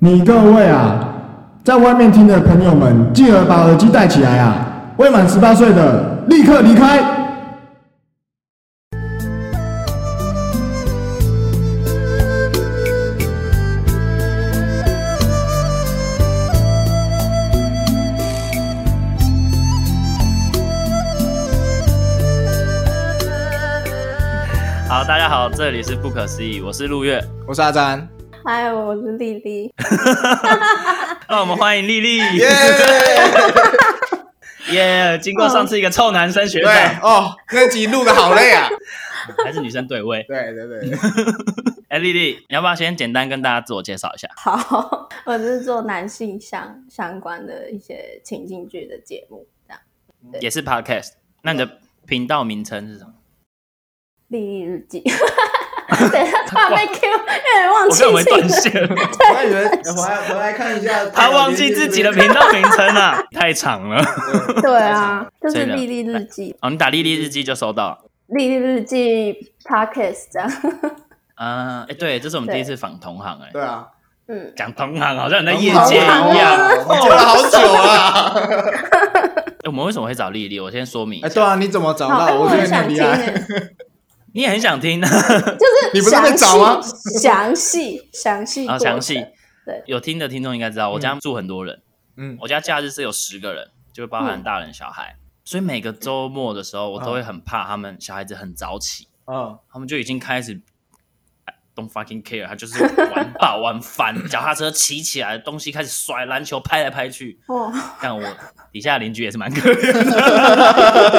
你各位啊，在外面听的朋友们，记得把耳机戴起来啊！未满十八岁的，立刻离开。好，大家好，这里是不可思议，我是陆月。我是阿詹，嗨，哎我是丽丽。那我们欢迎丽 丽，耶、耶！经过上次一个臭男生学对长，哦，那集录的好累啊，还是女生对位。对对对，哎，丽丽，你要不要先简单跟大家自我介绍一下？好，我是做男性相相关的一些情境剧的节目，这样。对也是 podcast，那你的频道名称是什么？丽丽日记。 等一下，突然被 Q，有点忘我 记看我们断情线了， 我还以为我还我来看一下，他忘记自己的频道名称 了，太长了。了。对啊，就所以是呢丽丽日记，哦，你打丽丽日记就收到了。丽丽日记 podcast 这样。啊，哎，对，这是我们对第一次访同行，哎，对啊，嗯，讲同行好像你在业同界行一样。啊我们做哦了好久啊。 哎我们为什么会找丽丽？我先说明一哎，下，对啊，你怎么找好，哎到？我觉得你很很想厉听害，欸，你也很想听就 是你不是被找吗详细？详细，啊，详细过程，详细。对有听的听众应该知道，我家住很多人，嗯，我家假日是有十个人，就包含大人小孩，所以每个周末的时候，我都会很怕他们小孩子很早起，嗯，他们就已经开始。哎 Don't fucking care，他就是玩爆玩 翻，脚踏车骑起来，东西开始摔，篮球拍来拍去。哦。但我底下邻居也是蛮可 怜的，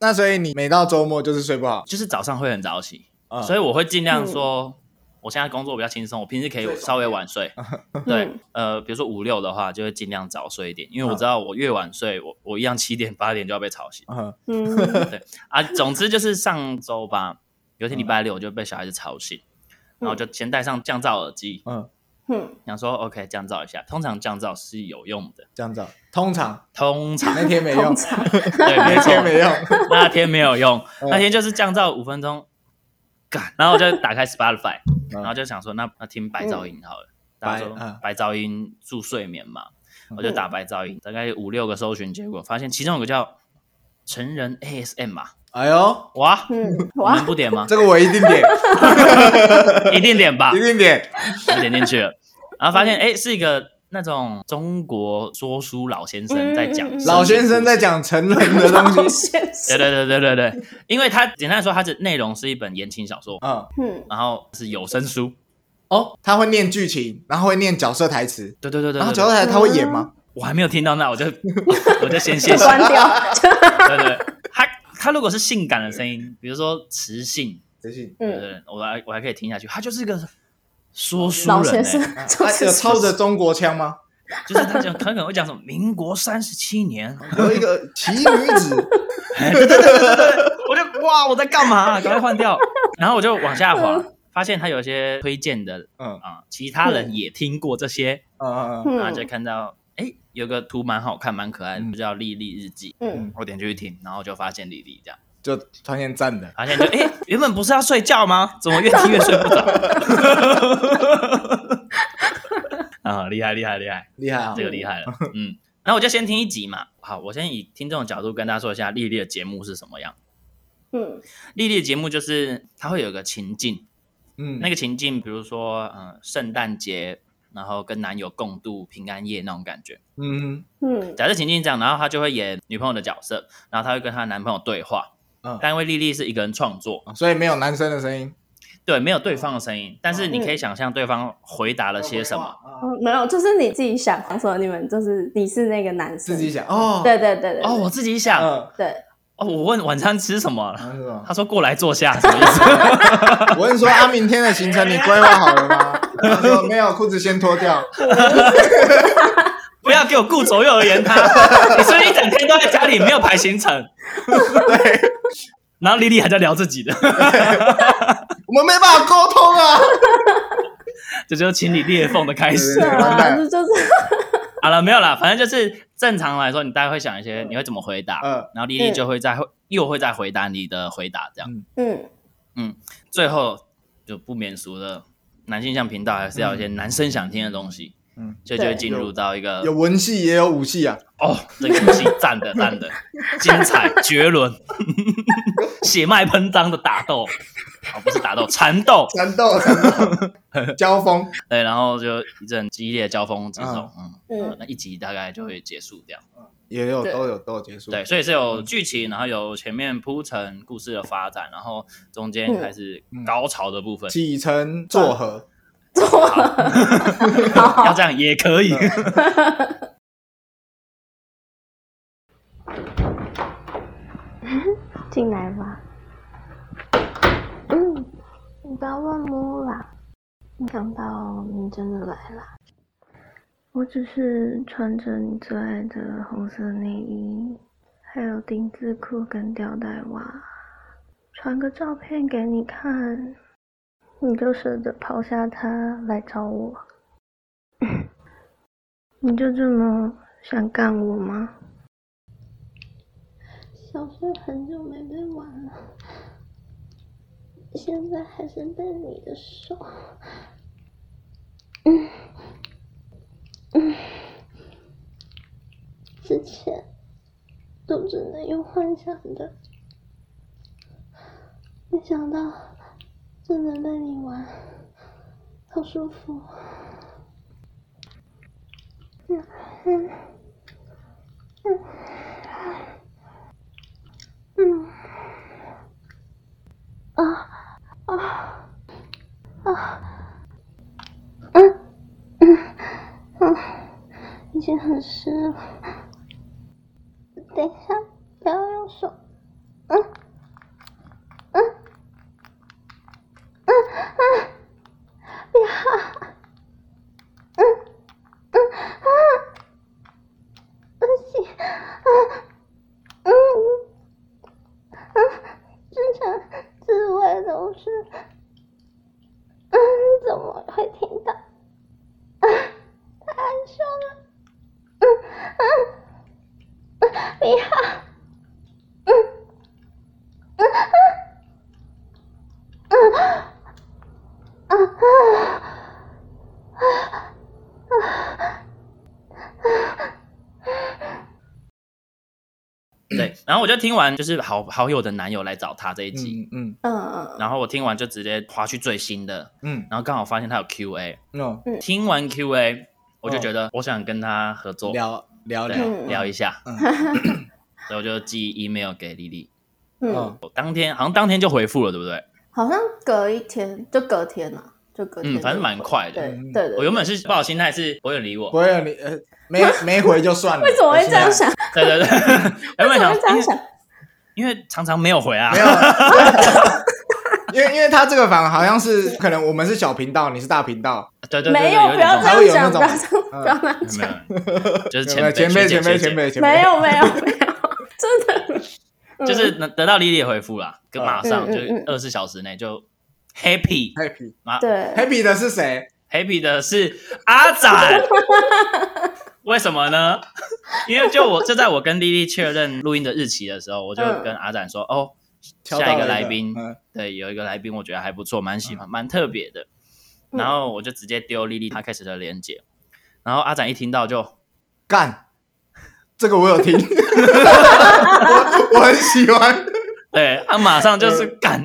那所以你每到周末就是睡不好，就是早上会很早起，嗯所以我会尽量说，我现在工作比较轻松，我平时可以稍微晚睡。对，嗯呃，比如说五六的话，就会尽量早睡一点，因为我知道我越晚睡，我我一样七点八点就要被吵醒嗯，嗯，啊。总之就是上周吧，有一天礼拜六我就被小孩子吵醒，然后就先戴上降噪耳机，嗯，想说 OK 降噪一下。通常降噪是有用的，这样子哦，通常通常那天没用通，常对，没那 天错，没用， 那天没有用，嗯那天就是降噪五分钟，干，然后我就打开 Spotify，然后就想说那那听白噪音好了，大家说白嗯白噪音助睡眠嘛，嗯我就打白噪音，大概有五六个搜寻结果，发现其中有个叫成人 ASM 嘛，哎呦，哇， 嗯，我们哇，不点吗？这个我一 定点，一定点 吧一，定点，我点进去了，然后发现哎是一个。那种中国说书老先生在讲嗯嗯嗯生老命先生故事在讲成人的东西，现对实，对对对对对，因为他简单来说，它的内容是一本言情小说，嗯，嗯，然后是有声书。哦，他会念剧情，然后会念角色台词，对对对对啊然后对角色对，台词他会演吗？我还没有听到 那，我就我就先谢谢。关掉，对对，对他他如果是性感的声音，比如说磁性，真信。对对嗯，对，我还我还可以听下去。他就是一个说书老人、先生欸， 就啊他有是操着中国腔吗？就是他讲他可能会讲什么民国三十七年， 有一个奇女子， 我就哇我在干嘛、 赶快换掉，然后我就往下滑，嗯发现他有一些推荐的嗯啊、其他人也听过这些。嗯嗯嗯然啊后就看到哎、诶有个图蛮好看，蛮可爱的，嗯就叫《莉莉日记》。嗯，我点进去听，然后就发现莉莉这样，就突然间站的，发现就哎、诶原本不是要睡觉吗？怎么越听越睡 不着？啊，厉害厉害厉害，厉害啊这！个厉害了，嗯。然后我就先听一集嘛，好，我先以听众的角度跟大家说一下莉莉的节目是什么样。嗯莉莉的节目就是它会有个情境，嗯，那个情境比如说嗯、呃圣诞节，然后跟男友共度平安夜那种感觉。嗯嗯假设情境这样，然后她就会演女朋友的角色，然后她会跟她男朋友对话。嗯但因为莉莉是一个人创作，嗯，所以没有男生的声音，对，没有嗯对方的声音，但是你可以想象对方回答了些什么。么？嗯，没有，就是你自己想说你们就是你是那个男生，自己，想哦，对对对对，哦，我自己想，嗯，啊对，哦，我问晚餐吃什么，然后是什么她说过来坐下，什么意思？ 我问说啊，明天的行程你规划好了吗？他说没有，裤子先脱掉。不要给我顾左右而言他，你是不是一整天都在家里没有排行程？对， 然后莉莉还在聊自己的，我们没办法沟通 啊。这就是情理裂缝的开始是。完啊，蛋这就是 好了，没有啦，反正就是正常来说，你大概会想一些你会怎么回答，嗯然后莉莉就会再会又会再回答你的回答这样。嗯最后就不免俗的男性向频道还是要有一些男生想听的东西，嗯嗯，所以就会对进入到一个有文戏也有武戏啊，哦，这个游戏赞的赞的，精彩绝伦，血脉喷张的打斗，哦，不是打斗，缠斗，战斗、缠斗 交锋，对，然后就一阵激烈交锋之后，嗯，嗯，那一集大概就会结束掉。也有对都有都有结束。对，所以是有剧情，然后有前面铺陈故事的发展，然后中间开始高潮的部分，起承作啊合，做要这样也可以。进来吧。嗯，你不要乱摸啦。没想到你真的来了。我只是穿着你最爱的红色内衣，还有丁字裤跟吊带袜，传个照片给你看，你就舍得抛下它来找我。 你就这么想干我吗？小睡很久没被玩了，现在还是被你的手。嗯嗯，之前都只能用幻想的，没想到真的被你玩，好舒服。嗯嗯嗯。嗯，啊啊啊，嗯嗯嗯，已经很湿了。等一下，不要用手。嗯嗯嗯啊，不要。嗯嗯啊，不行啊，嗯。嗯，之前自慰都是，嗯，怎么会听到？啊，太害羞了，嗯嗯，嗯不要，嗯嗯嗯嗯啊啊啊对，然后我就听完就是好好友的男友来找他这一集，嗯嗯嗯然后我听完就直接划去最新的，嗯然后刚好发现他有 Q&A，嗯，听完 Q&A 我就觉得我想跟他合作，聊聊对聊，聊一下，嗯所以我就寄 email 给丽丽，嗯，嗯，我当天好像当天就回复了，对不对？好像隔一天就隔天了，就隔天嗯，就，反正蛮快的。对嗯对对，对我原本是抱的心态是不会有人理我不，会有你呃没没回就算了，为什么会这样想？对对对，原本为什想么会这样因为想？因为常常没有回啊没，有，啊 因为因为他这个房好像是可能我们是小频道，你是大频道，对对对，没有有，不点要这他样会有那讲，种不要嗯这样，不要那样没讲，有，就是前有前辈前辈辈前，辈前没辈，有没有 没有， 真的学姐就是能得到莉莉的回复啦，跟嗯马上嗯嗯嗯就嗯二十四小时内就 happy happy 啊对， happy 的是谁？ happy 的是阿仔， 为什么呢？因为就我就在我跟莉莉确认录音的日期的时候，我就嗯跟阿展说，哦，敲到了下一个来宾嗯对，有一个来宾我觉得还不错，蛮喜欢，蛮特别的。嗯然后我就直接丢莉莉她开始的连接，然后阿展一听到就干，这个我有听， 我我很喜欢。对，他马上嗯就是干，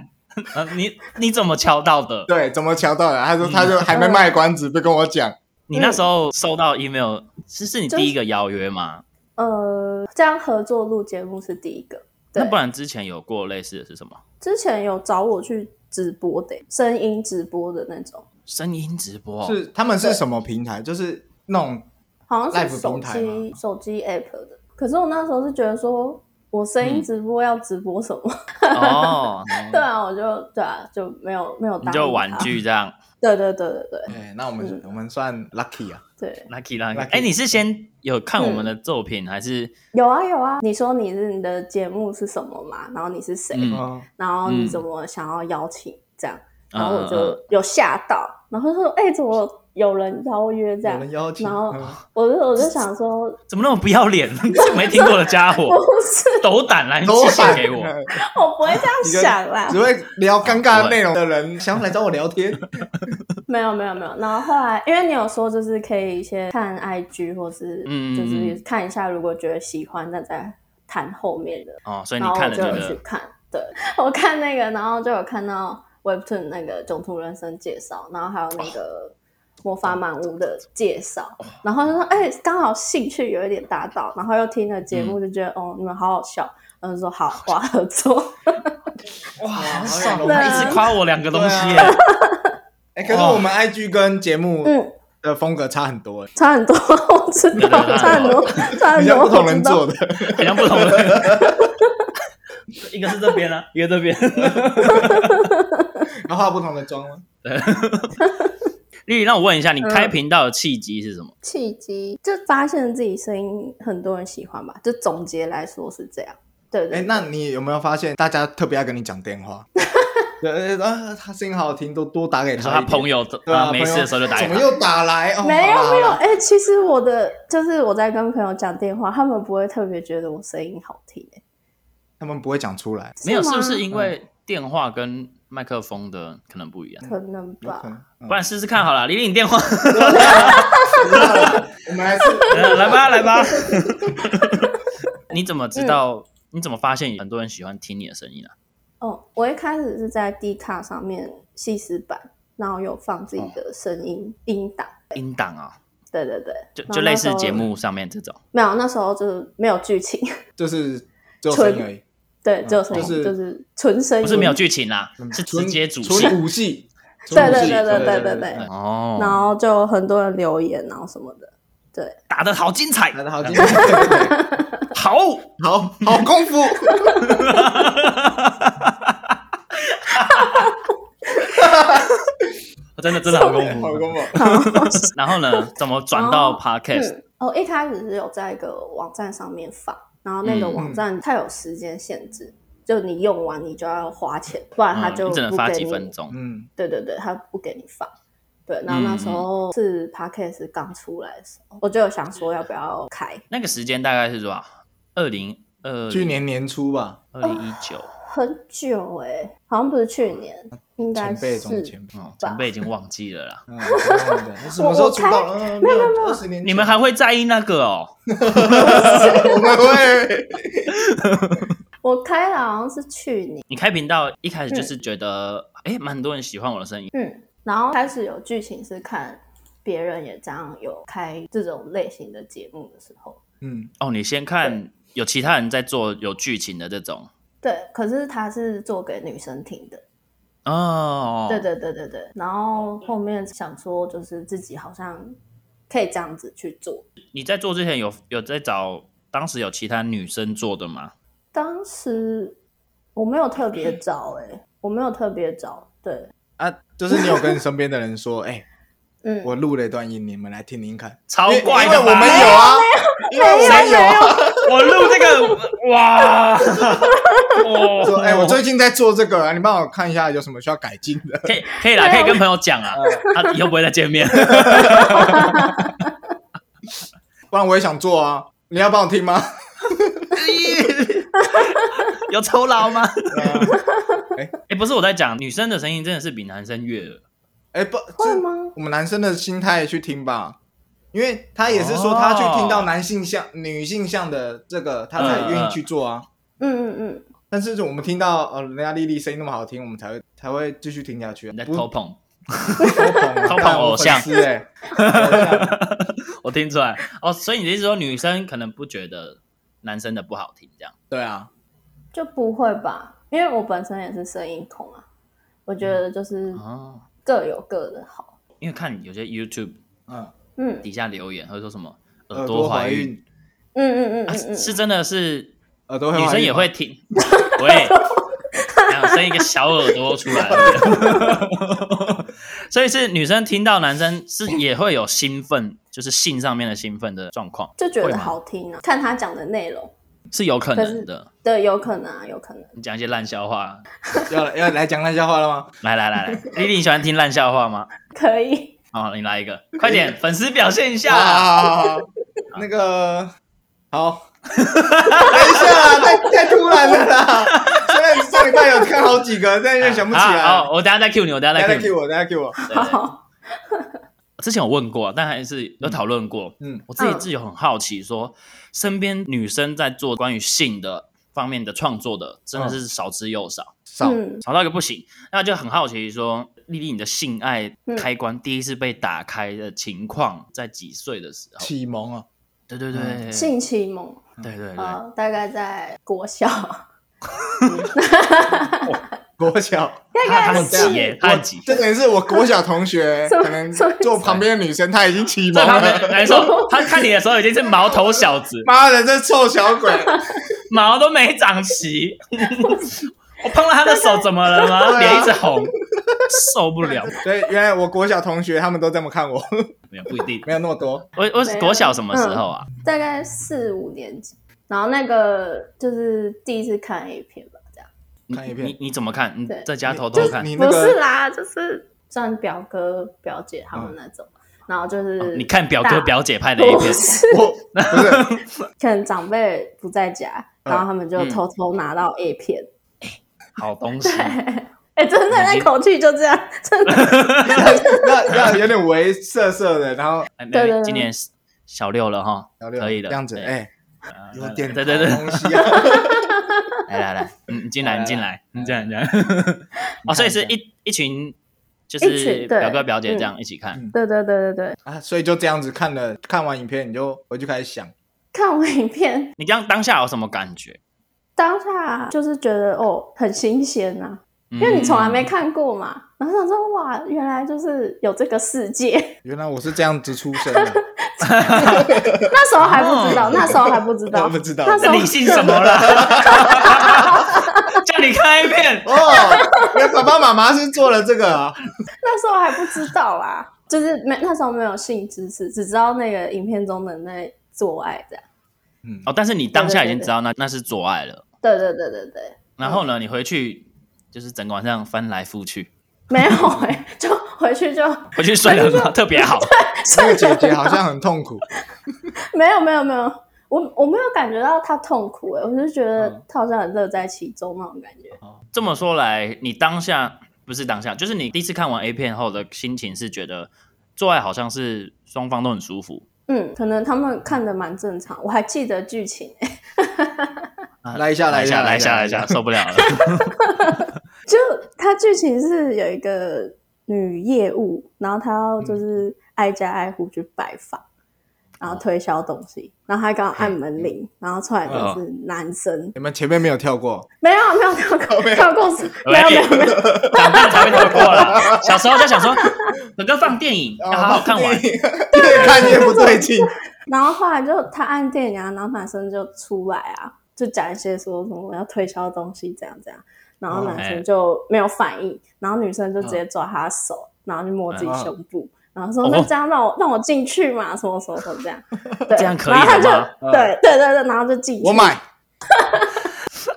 啊你你怎么敲到的？对，怎么敲到的？他说他就还没卖关子，不跟我讲。你嗯那时候收到 email 是是你第一个邀约吗？呃，这样合作录节目是第一个，对那不然之前有过类似的是什么？之前有找我去直播的，声音直播的那种，声音直播哦是他们是什么平台？就是那种好像 Live 是手平台吗机手机 app 的。可是我那时候是觉得说，我声音直播要直播什么？ 哦， 对啊，我就对啊，就没有没有你当就婉。拒这样。对对对对对对，哎那我们我们算 lucky 啊。对， Lucky Lucky， Lucky 哎，你是先有看我们的作品还是？有啊有啊。你说你是你的节目是什么嘛？然后你是谁？嗯哦，然后你怎么想要邀请这样？然后我嗯嗯就有吓到，然后说哎、怎么有人邀约这有样？人邀请，然后 嗯我就我就想说，怎么那么不要脸？这没听过的家伙不， 是，斗胆来都寄信反给我。我不会这样想啦只。会聊尴尬的内容的人，想要来找我聊天，没有没有没有，然后后来因为你有说就是可以先看 IG 或是嗯嗯嗯就是看一下，如果觉得喜欢，那再谈后面的。哦，所以你然后我看了就这有去个，看，对我看那个，然后就有看到 Webtoon 那个囧途人生介绍，然后还有那个魔法满屋的介绍，哦然后就说哎，刚好兴趣有一点达到，然后又听了节嗯目，就觉得、哦，你们好好笑。然后就说好，我要合哦作。哇，好爽哦对一直夸我两个东西耶对，哎，可是我们 IG 跟节目嗯啊的风格差很多，哎差很多，我知道，对差很多，差比很较多，不同人做的。的。好像不同人。一个是这边啊，一个这边。然后化不同的妆吗？ 丽丽，让我问一下，你嗯开频道的契机是什么？契机就发现自己声音很多人喜欢吧，就总结来说是这样，对不对？哎，那你有没有发现大家特别爱跟你讲电话？对啊，他声音好好听，都多打给你他说一他点朋友对啊，啊没事的时候就打给怎么他，又打来？哦没有没有，，好啦好啦哎、其实我的就是我在跟朋友讲电话，他们不会特别觉得我声音好听、欸，他们不会讲出来，没有，是不吗是因为电话跟麦克风的可能不一样？可能嗯有吧可。能。嗯不然试试看好了，丽丽，你 电话我们还是呃来吧，来吧。你怎么知道？你怎么发现很多人喜欢听你的声音啊？哦，我一开始是在 D 卡上面细思版，然后有放哦自己的声音、音档，音档啊，对对对，就然后就那类似时候节目上面这种。没有，那时候就是没有剧情， 就是只有声音而已，对，只有声音，嗯就是就是纯声音，不是没有剧情啦，是直嗯纯接主戏。纯武戏。对，对纯武对戏对对对对对嗯对，然哦，后就有很多人留言，然后什么的，哦打的好精彩，嗯来的好，今天对对对好， 好好功夫，真的真的好功好夫。功夫。 然后呢，怎么转到 podcast？嗯，哦，一开始是有在一个网站上面放，然后那个嗯网站它有时间限制，就你用完你就要花钱，不然它嗯就你只能不发给几你。分钟。嗯，对对对，它不给你放。对，然后那嗯时候是 podcast 刚出来的时候，我就有想说要不要开，那个时间大概是多少？二零二去年年初吧，二零一九，很久哎、好像不是去年，应该啊前辈中的是前辈。哦，前辈已经忘记了 啦。嗯，对什么时候出道？嗯，没有二十年前，你们还会在意那个哦？我们会 我开了好像是去年，你开频道一开始就是觉得，哎，蛮多人喜欢我的声音。嗯，然后开始有剧情是看别人也这样有开这种类型的节目的时候，嗯，哦，你先看有其他人在做有剧情的这种对，可是他是做给女生听的，哦，对对对对对。然后后面想说，就是自己好像可以这样子去做。你在做之前有有在找当时有其他女生做的吗？当时我没有特嗯别找、欸，哎，我没有特别找，对，啊，就是你有跟身边的人说，哎，嗯，我录了一段音，你们来听听看。超因为怪因为的吧？我们有啊，因为我们有啊。我录这 个，哇，哦说，哎，我最近在做这个，你帮我看一下有什么需要改进的。可以可以啦，可以跟朋友讲啊，他以后不会再见 面。 不然我也想做啊。你要帮我听吗？ 有酬劳吗？哎哎，不是我在讲，女生的声音真的是比男生悦耳。哎，不，会这吗？我们男生的心态去听吧，因为他也是说他去听到男性向、女性向的这个，他才愿意去做啊。嗯嗯嗯，但是我们听到呃人家丽丽声音那么好听，我们才会才会继续听下去、啊。你在不偷捧，不偷捧啊，偷捧干偶像我粉丝哎、偶像我听出来哦。所以你的意思说，女生可能不觉得男生的不好听，这样对啊，就不会吧？因为我本身也是声音控啊，我觉得嗯就是哦。各有各的好，因为看有些 YouTube 嗯，嗯底下留言，会说什么耳耳朵朵呃怀怀孕，嗯嗯嗯啊嗯是嗯，是真的是耳朵会怀女孕生也会听， 喂，然后生一个小耳朵出来， 所以是女生听到男生是也会有兴奋，就是性上面的兴奋的状况，就觉会得吗好听啊，看他讲的内容，是有可可是能的。对，有可能啊，有可能。你讲一些烂笑话，要来要来讲那些话了 吗？来来来来，丽丽你喜欢听烂笑话吗？可以，好，你来一个，快点，粉丝表现一好下。好好好好，那个好， 等一下啦，太太突然了啦。虽然上礼拜有看好几个，但是想不起来。啊好，好我等下再 Q 你，我等下大再 Q 家 Q 你。我，大家 Q 我。对对好，之前有问过，但还是有讨论过。嗯，我自己自己很好奇说，身边女生在做关于性的方面的创作的，真的是少之又少，少嗯少到一个不行。那就很好奇说，丽丽你的性爱开关第一次被打开的情况，在几岁的时候？启蒙啊，对对对，性启蒙，对嗯对对，呃，大概在国小， 国小，大他他概很急是耶，他很急。这个也是我国小同学， 什么可能什么意思坐旁边的女生，她已经启蒙对他了。们来说，他看你的时候已经是毛头小子，妈的，这臭小鬼！毛都没长齐。 我碰到他的手怎么了啊吗？脸一直红，受不了。对，原来我国小同学他们都这么看我， 没有不一定。没有那么多。我我没有嗯国小什么时候啊？大概四五年级，然后那个就是第一次看 A 片吧，这样你看一遍你你怎么看？你对在家偷偷看？你那不是个啦，就是算表哥表姐他们那种，然后就是、嗯哦你看表哥大表姐拍的一不 遍，是我不是可能长辈不在家，嗯然后他们就嗯偷偷拿到 A 片。好东西。哎、真的，那口气就这样，真的。要要有点微涩涩的，然后哎没对对对今年小六了哈，聊聊可以的，这样子，对，啊嗯哎，有点对对对 好东西啊。 来来来，嗯，你进来，来你进来，你这样这样。 哦，看所以是一一一群，就一是群对表哥表姐这样一起看。嗯对对对对对，啊，所以就这样子看了，看完影片你就回去开始想，看完影片你这样当下有什么感觉？当下就是觉得哦很新鲜啊呐、因因为你从嗯来没看过嘛，然后想说哇，原来就是有这个世界， 原来我是这样子出生的，那时候还不知道，那时候还不知道哦 我，不知道。 那时候理性什么了？叫你看一遍，哦，原来爸爸妈妈是做了这个啊，那时候还不知道啦，就是没那时候没有性知识，只知道那个影片中的那做爱这样。嗯，哦，但是你当下已经知道那那是做爱了，对对对对对，然后呢，你回去就是整个晚上翻来覆去，没有哎、 就回去就回去睡得 很好，特别好。 那个姐姐好像很痛苦，没有没有没有，我我没有感觉到他痛苦哎、我是觉得嗯他好像很乐在其中那种感觉。这么说来，你当下不是当下，就是你第一次看完 A 片后的心情是觉得做爱好像是双方都很舒服，嗯，可能他们看的蛮正常，我还记得剧情、欸， 啊来一下，来一下来来下来来一下，，受不 了了。就他剧情是有一个女业务，然后她要就是挨家挨户去拜访，然后推销东西，然后她刚好按门铃，然后出来的是男生，你们前面没有跳过，没有哦没有跳过跳过是没有没有没有，长大才会跳过了，小时候就想说，哥哥放电 影要好好看完哦，越看越不对 劲，然后后来就他按电铃啊，然后男生就出来啊，就讲一些说什么我要推销东西这样这样，然哦后男生就没有反应，然后女生就直接抓他的手，然后就摸自己胸部，然后说嗯哦那这样让我让我进去嘛，什么什么什么 这样，对，这样可以然后他就了嗯吗对对对对，然后就进去，我买，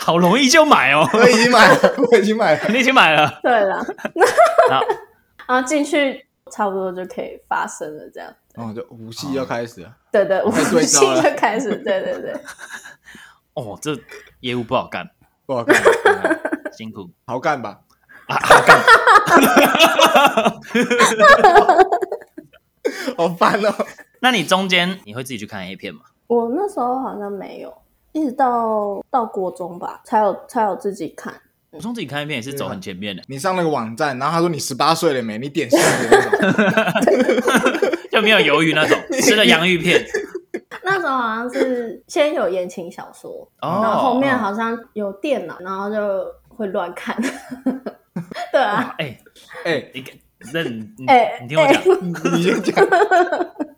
好容易就买 哦， 我已经买了， 我已经买了，你已经买了。对了，然后然后进去差不多就可以发生了这样，然后哦就武戏要开始了，对对，我太对们焦了就开始，对对对，哦，这业务不好干，不好 看，啊辛苦好干吧？啊，好干。 好烦哦，那你中间你会自己去看 A 片吗？我那时候好像没有。一直到到国中吧，才有才有自己看，我中自己看 A 片也是走很前面的，你上那个网站，然后他说你十八岁了没？你点下的那 种，就没有鱿鱼那种，吃了洋芋片。那时候好像是先有言情小说，哦，然后后面好像有电脑，然后就会乱看。对啊，哎、哎，你看那你你哎嗯你听我讲，你先 讲，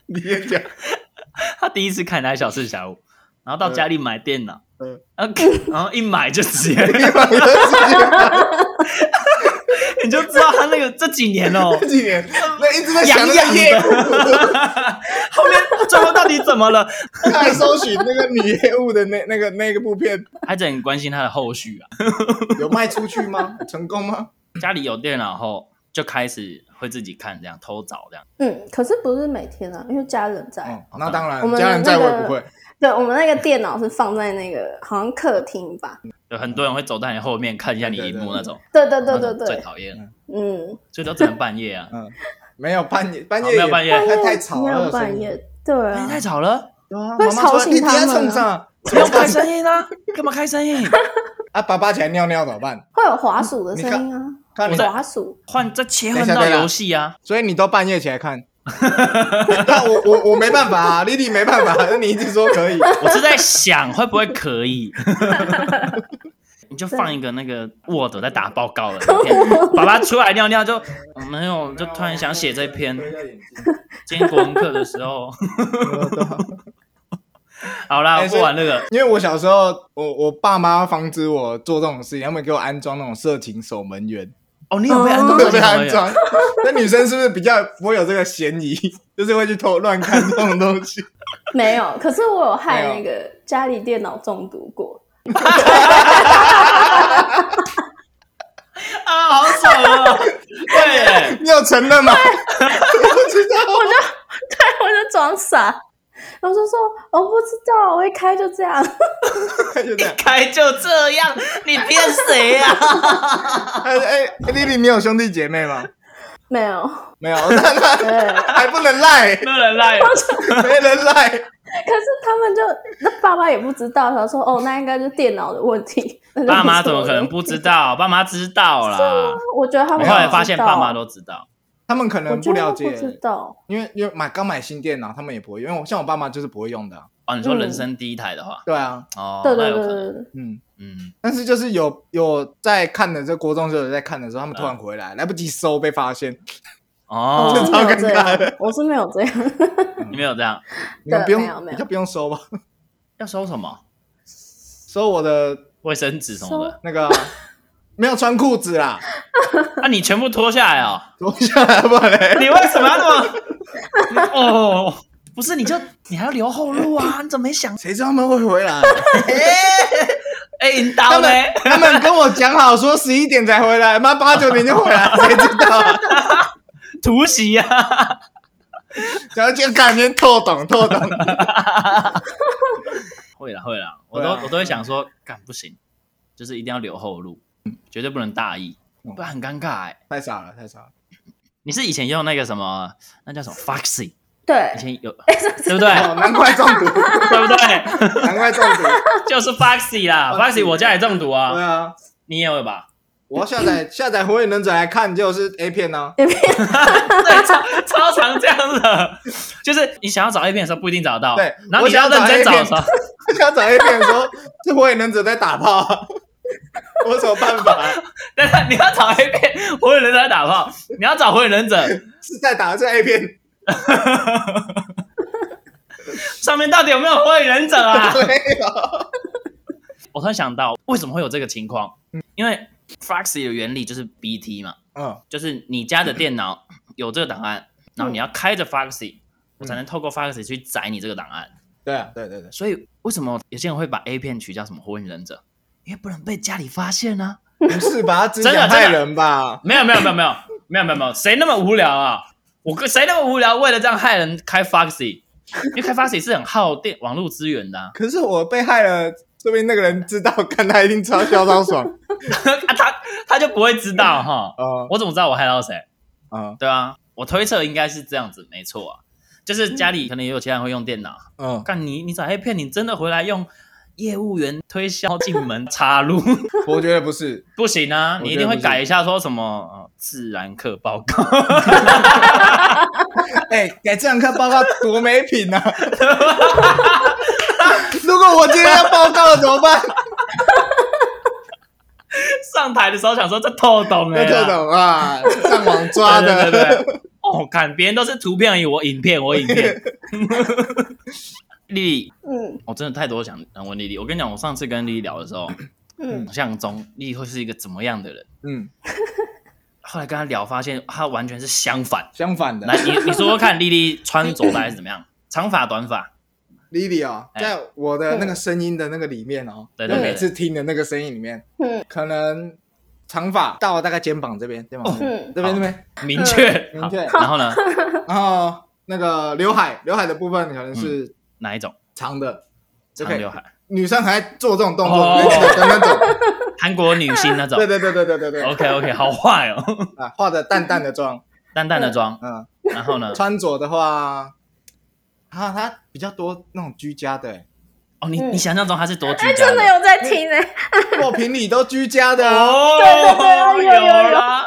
你先讲， 他第一次看台小四小五，然后到家里买电脑，嗯然后然后一买就直接，你买了 你就知道他那个这几年哦、这几年，那一直在想那个业务， 后面最后到底怎么了？ 他还搜寻那个女业务的那那个那个部片，还真很关心他的后续啊。有卖出去吗？ 成功吗？家里有电脑后，就开始会自己看，这样偷找这样。嗯，可是不是每天啊，因为家人在。哦，那当然我，们家人在那我个也不会。对，我们那个电脑是放在那个好像客厅吧。有很多人会走到你后面看一下你荧幕那种，对对对那对哦种最对，讨厌，嗯，所以都只能半夜啊。嗯没有半夜，半好夜哦没有也半夜太半夜太吵没了，有半声音，夜，对哎啊，太吵了，对啊，会妈妈说吵醒你等下他们冲上，不用开声音啦，干嘛开声 音？啊，爸爸起来尿尿怎么办？会有滑鼠的声音啊，看你，滑鼠，换再切等换一下到等一下游戏啊，所以你都半夜起 来看。那我我我没办法啊，丽丽没办法， 那你一直说可以，我是在想会不会可 以，你就放一个那个 Word 在打报告的影片，爸爸出来尿尿就嗯没有，就突然想写这篇。今天国文课的时候，好啦，哎所不以玩那个， 因为我小时候，我我爸妈防止我做这种事情，他们给我安装那种色情守门员，哦，你有被安装都到有被这个安装。那女生是不是比较不会有这个嫌疑，就是会去偷乱看这种东西？没有。可是我有害没有那个家里电脑中毒过，啊，好丑 哦！对，你有承认吗？我不知道， 对，我就装傻，然后就说哦我不知道，我一开就这样， 就这样。开就这样，你骗谁啊呀、哎哎，丽丽，你有兄弟姐妹吗？没有，没有， 那对。那还不能赖，没有人 赖，没人赖。可是他们就那爸妈也不知道，他说哦，那应该是电脑的问题。 那就爸妈不是怎我么的可能问不知道？爸妈知道题？是 啦吗。我觉得他我们后来不发现知道啊爸妈都知道。他们可我能觉不得了他不知解，道。因为因为买刚买新电脑，他们也不会用，因为我像我爸妈就是不会用的啊、哦，你说嗯人生第一台的话，对啊，哦，对那对有对可能，对对，嗯，嗯，但是就是有有在看的，这国中就有在看的时候，他们突然嗯回来，来不及收被发现，我哦，是没有这超尴尬样的，我是没有这样。你没有这样，你们不用没有没有你就不用收吧， 要收什么收我的卫生纸什么的？那个啊、没有穿裤子啦，那、啊你全部脱下来哦？脱下来不然嘞，你为什么要那 么？哦，不是，你就你还要留后路啊？你怎么没想？谁知道他们会回来？啊哎、你倒霉，他们跟我讲好说十一点才回来，妈八九点就 回来，谁知道、啊？突袭啊！然后就感觉透懂透懂，会啦会啦，我会都、啊我都会想说，干不行，就是一定要留后路，嗯绝对不能大意，嗯不然很尴尬哎、太傻了太傻了，你是以前用那个什么，那叫什么 Foxy，对以，前有， 对不对？哦，难怪中 毒，对不对？ 难怪中毒，就是 Foxy 啦 Foxy ，Foxy 我家也中毒对啊，啊。你也有吧？ 我要下载下载《火影忍者》来看，就是 A 片啊呢、也没有对，超超常这样的， 就是你想要找 A 片的时候不一定找到，对然后你要认真找的时候， 想找 A 片的时候，是《火影忍者》在打炮、啊，我有什么办法？啊但是你要找 A 片，火影忍者在打炮，你要找火影忍者是在打的是 A 片，上面到底有没有火影忍者啊？ 没有。我突然想到，为什么会有这个情况？因为 Foxy 的原理就是 BT 嘛，嗯，就是你家的电脑有这个档案，然后你要开着 Foxy，我才能透过 Foxy 去载你这个档案。对啊，对对对， 所以为什么有些人会把 A 片取叫什么火影忍者？因为不能被家里发现啊！不是吧？他只真的想真的害人吧？没有没有没有没有没有没有没有，谁那么无聊啊？我跟谁那么无聊，为了这样害人开 Foxy？因为开 Foxy 是很耗电网络资源的啊， 可是我被害了，说明那个人知道，看他一定超嚣张爽。 啊他他就不会知道哈。哦我怎么知道我害到谁？嗯对啊，我推测应该是这样子，没错啊。就是家里可能也有其他人会用电脑，嗯，干你你找 A 片，你真的回来用业务员推销进门插入。 我觉得不是，不行啊，我你觉得一定会不行改一下，说什么、呃、自然课报告， 哎、改这堂课报告多没 品啊！如果我今天要报告了怎么 办？上台的时候想说这透懂哎、那欸，这种啊，上网抓对的。对对对哦，看别人都是图片而已，我影片，我影片。丽丽，嗯我真的太多想想问丽丽。我跟你讲，我上次跟丽丽聊的时候，嗯，想象中丽丽会是一个怎么样的人？ 嗯，后来跟她聊，发现她完全是相反。相反的，来，你你说说看，丽丽穿着大概是怎么样？ 长发、短发？ Lily 哦，哎在我的那个声音的那个里面哦，对就对对每次听的那个声音里面，嗯，可能长发到大概肩膀这边，肩哦膀这边嗯这边这边，明确，明确好然后呢，然后那个刘海，刘海的部分可能是哪一种？长的，就嗯可长以刘。海，女生还做这种动哦作， 等等等，韩国女星那种对。对对对对对对， OK OK，好坏哦。 啊，化的淡淡的妆，淡淡的妆，嗯，然后呢？穿着的话，啊，它比较多那种居家的、欸，哦，你嗯你想象中他是多居哎，家真的有在听哎、作品里都居家的啊，哦，对对对有有有啦，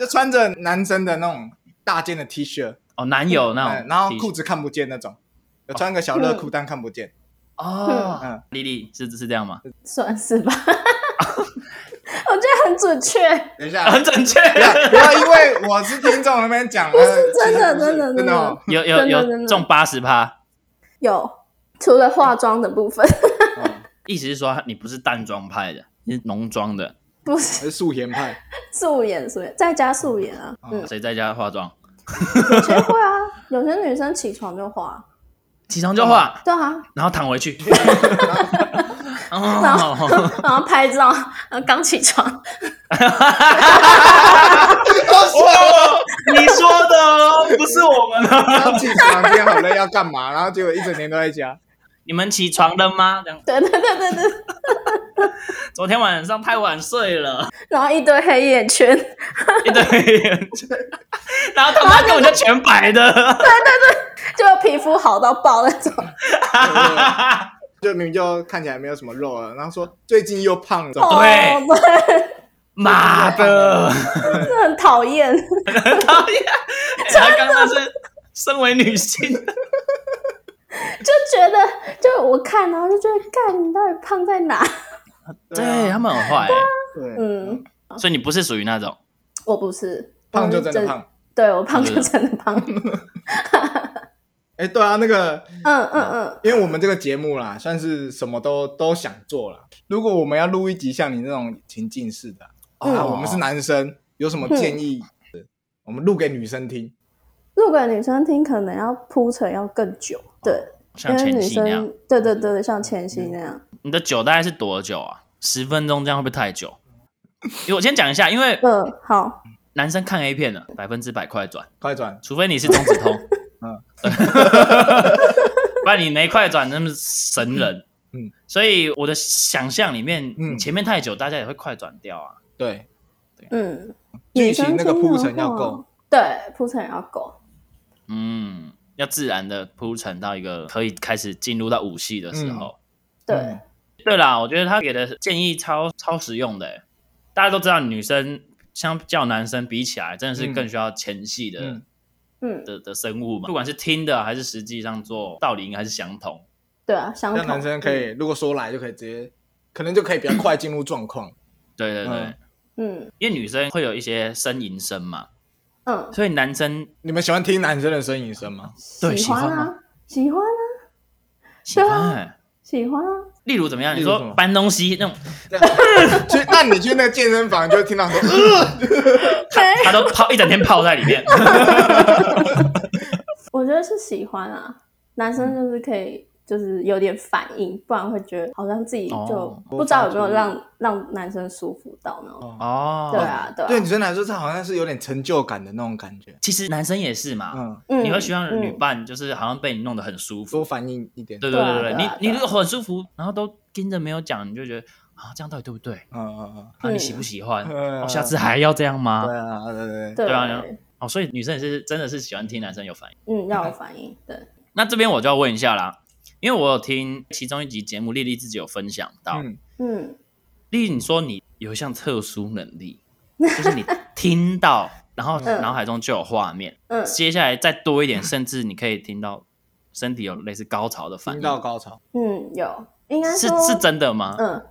就穿着男生的那种大件的 T 恤，哦，男友那嗯，种，然后裤子看不见那种，有穿个小热嗯裤但看不见，哦，嗯，丽丽是是这样吗？算是吧。 我觉得很准确，等一下，啊很准确，不要不要因为我是听众那边讲，不是真的真的真真的的哦， 有有真的真有的中八十趴，有除了化妆的部分，嗯意思是说你不是淡妆派的，你是浓妆的，不是是素颜 派，素颜素颜，在家素颜 啊，嗯，谁在家化妆？有些会啊，有些女生起床就化，起床就化，对啊，然后躺回 去。然后、哦，然后拍照，然后刚起床，哦你说的哦，不是我们的。刚起床今天好累要干嘛，然后结果一整年都在 家，你们起床了吗？这样，对对对对对，昨天晚上太晚睡 了，然后一堆黑眼圈，一堆黑眼圈，然后他妈根本就全白的。 就皮肤好到爆那种，就明明就看起来没有什么肉了，然后说最近又胖了，怎么哦，对对，妈 的！真的很讨厌，讨厌，她刚刚是身为女性，就觉得就我看，然后就觉得，干你到底胖在哪？ 对他们很坏欸，对，嗯，所以你不是属于那种我不是胖哦就真的，胖我。对我胖就真的胖，嗯哎，对啊，那个，嗯嗯，因为我们这个节目啦，算是什么都都想做啦。如果我们要录一集像你那种情境式的，嗯啊，我们是男生，有什么建议，我们录给女生听。如果女生听，可能要铺陈要更久，对，因哦像为前女妻那样嗯生。，对对对对，像前妻那样，你的酒大概是多久啊？十分钟这样会不会太 久？因为我先讲一下，因为嗯，好，男生看 A 片呢，百分之百快转，快转，除非你是中指通，嗯嗯， 不然你没快转，那么神人。嗯嗯，所以我的想象里面，嗯你前面太久，大家也会快转掉啊。对，嗯，剧女生情那个听铺的陈要话够，，对，铺陈要够，嗯，要自然的铺陈到一个可以开始进入到武戏的时候。对嗯，对啦，我觉得他给的建议超超实用的欸。大家都知道，女生相较男生比起来，真的是嗯更需要前戏的、嗯嗯，的的生物嘛，不管是听的还是实际上做，道理应该是相同。对啊，相让同，男生可以，如果说来就可以直接，可能就可以比较快进入状况。对对对，嗯嗯因为女生会有一些呻吟声嘛，嗯，所以男生你们喜欢听男生的呻吟声吗？对喜欢喜欢啊，喜欢喜欢、啊，欸。喜欢啊，例如怎么样？你例如什说么搬东西那种， 去，那你去那个健身房就会听 到说，呃对，他都泡一整天泡在里 面。我觉得是喜欢啊，男生就是可以。就是有点反应，不然会觉得好像自己就哦不知道有没有让、让男生舒服到那种。哦，对，啊，对啊，对女生来说，这好像是有点成就感的那种感觉。其实男生也是嘛，嗯，嗯你会希望女嗯伴就是好像被你弄得很舒服。多反应一点。对对啊对对啊你对你啊如果很舒服，然后都跟着没有讲，你就觉得啊，这样到底对不对？嗯嗯啊，嗯你喜不喜欢？嗯哦，下次还要这样嗯，吗？对啊，对对对，对对啊哦，所以女生也是真的是喜欢听男生有反应。嗯，要有反应，对，那这边我就要问一下啦，因为我有听其中一集节目，丽丽自己有分享到，嗯，嗯，丽丽你说你有一项特殊能 力，就是你听到，然后嗯脑海中就有画面，嗯接下来再多一点，甚至你可以听到身体有类似高潮的反听应，到高潮。嗯，有，应该是说是真的吗？嗯，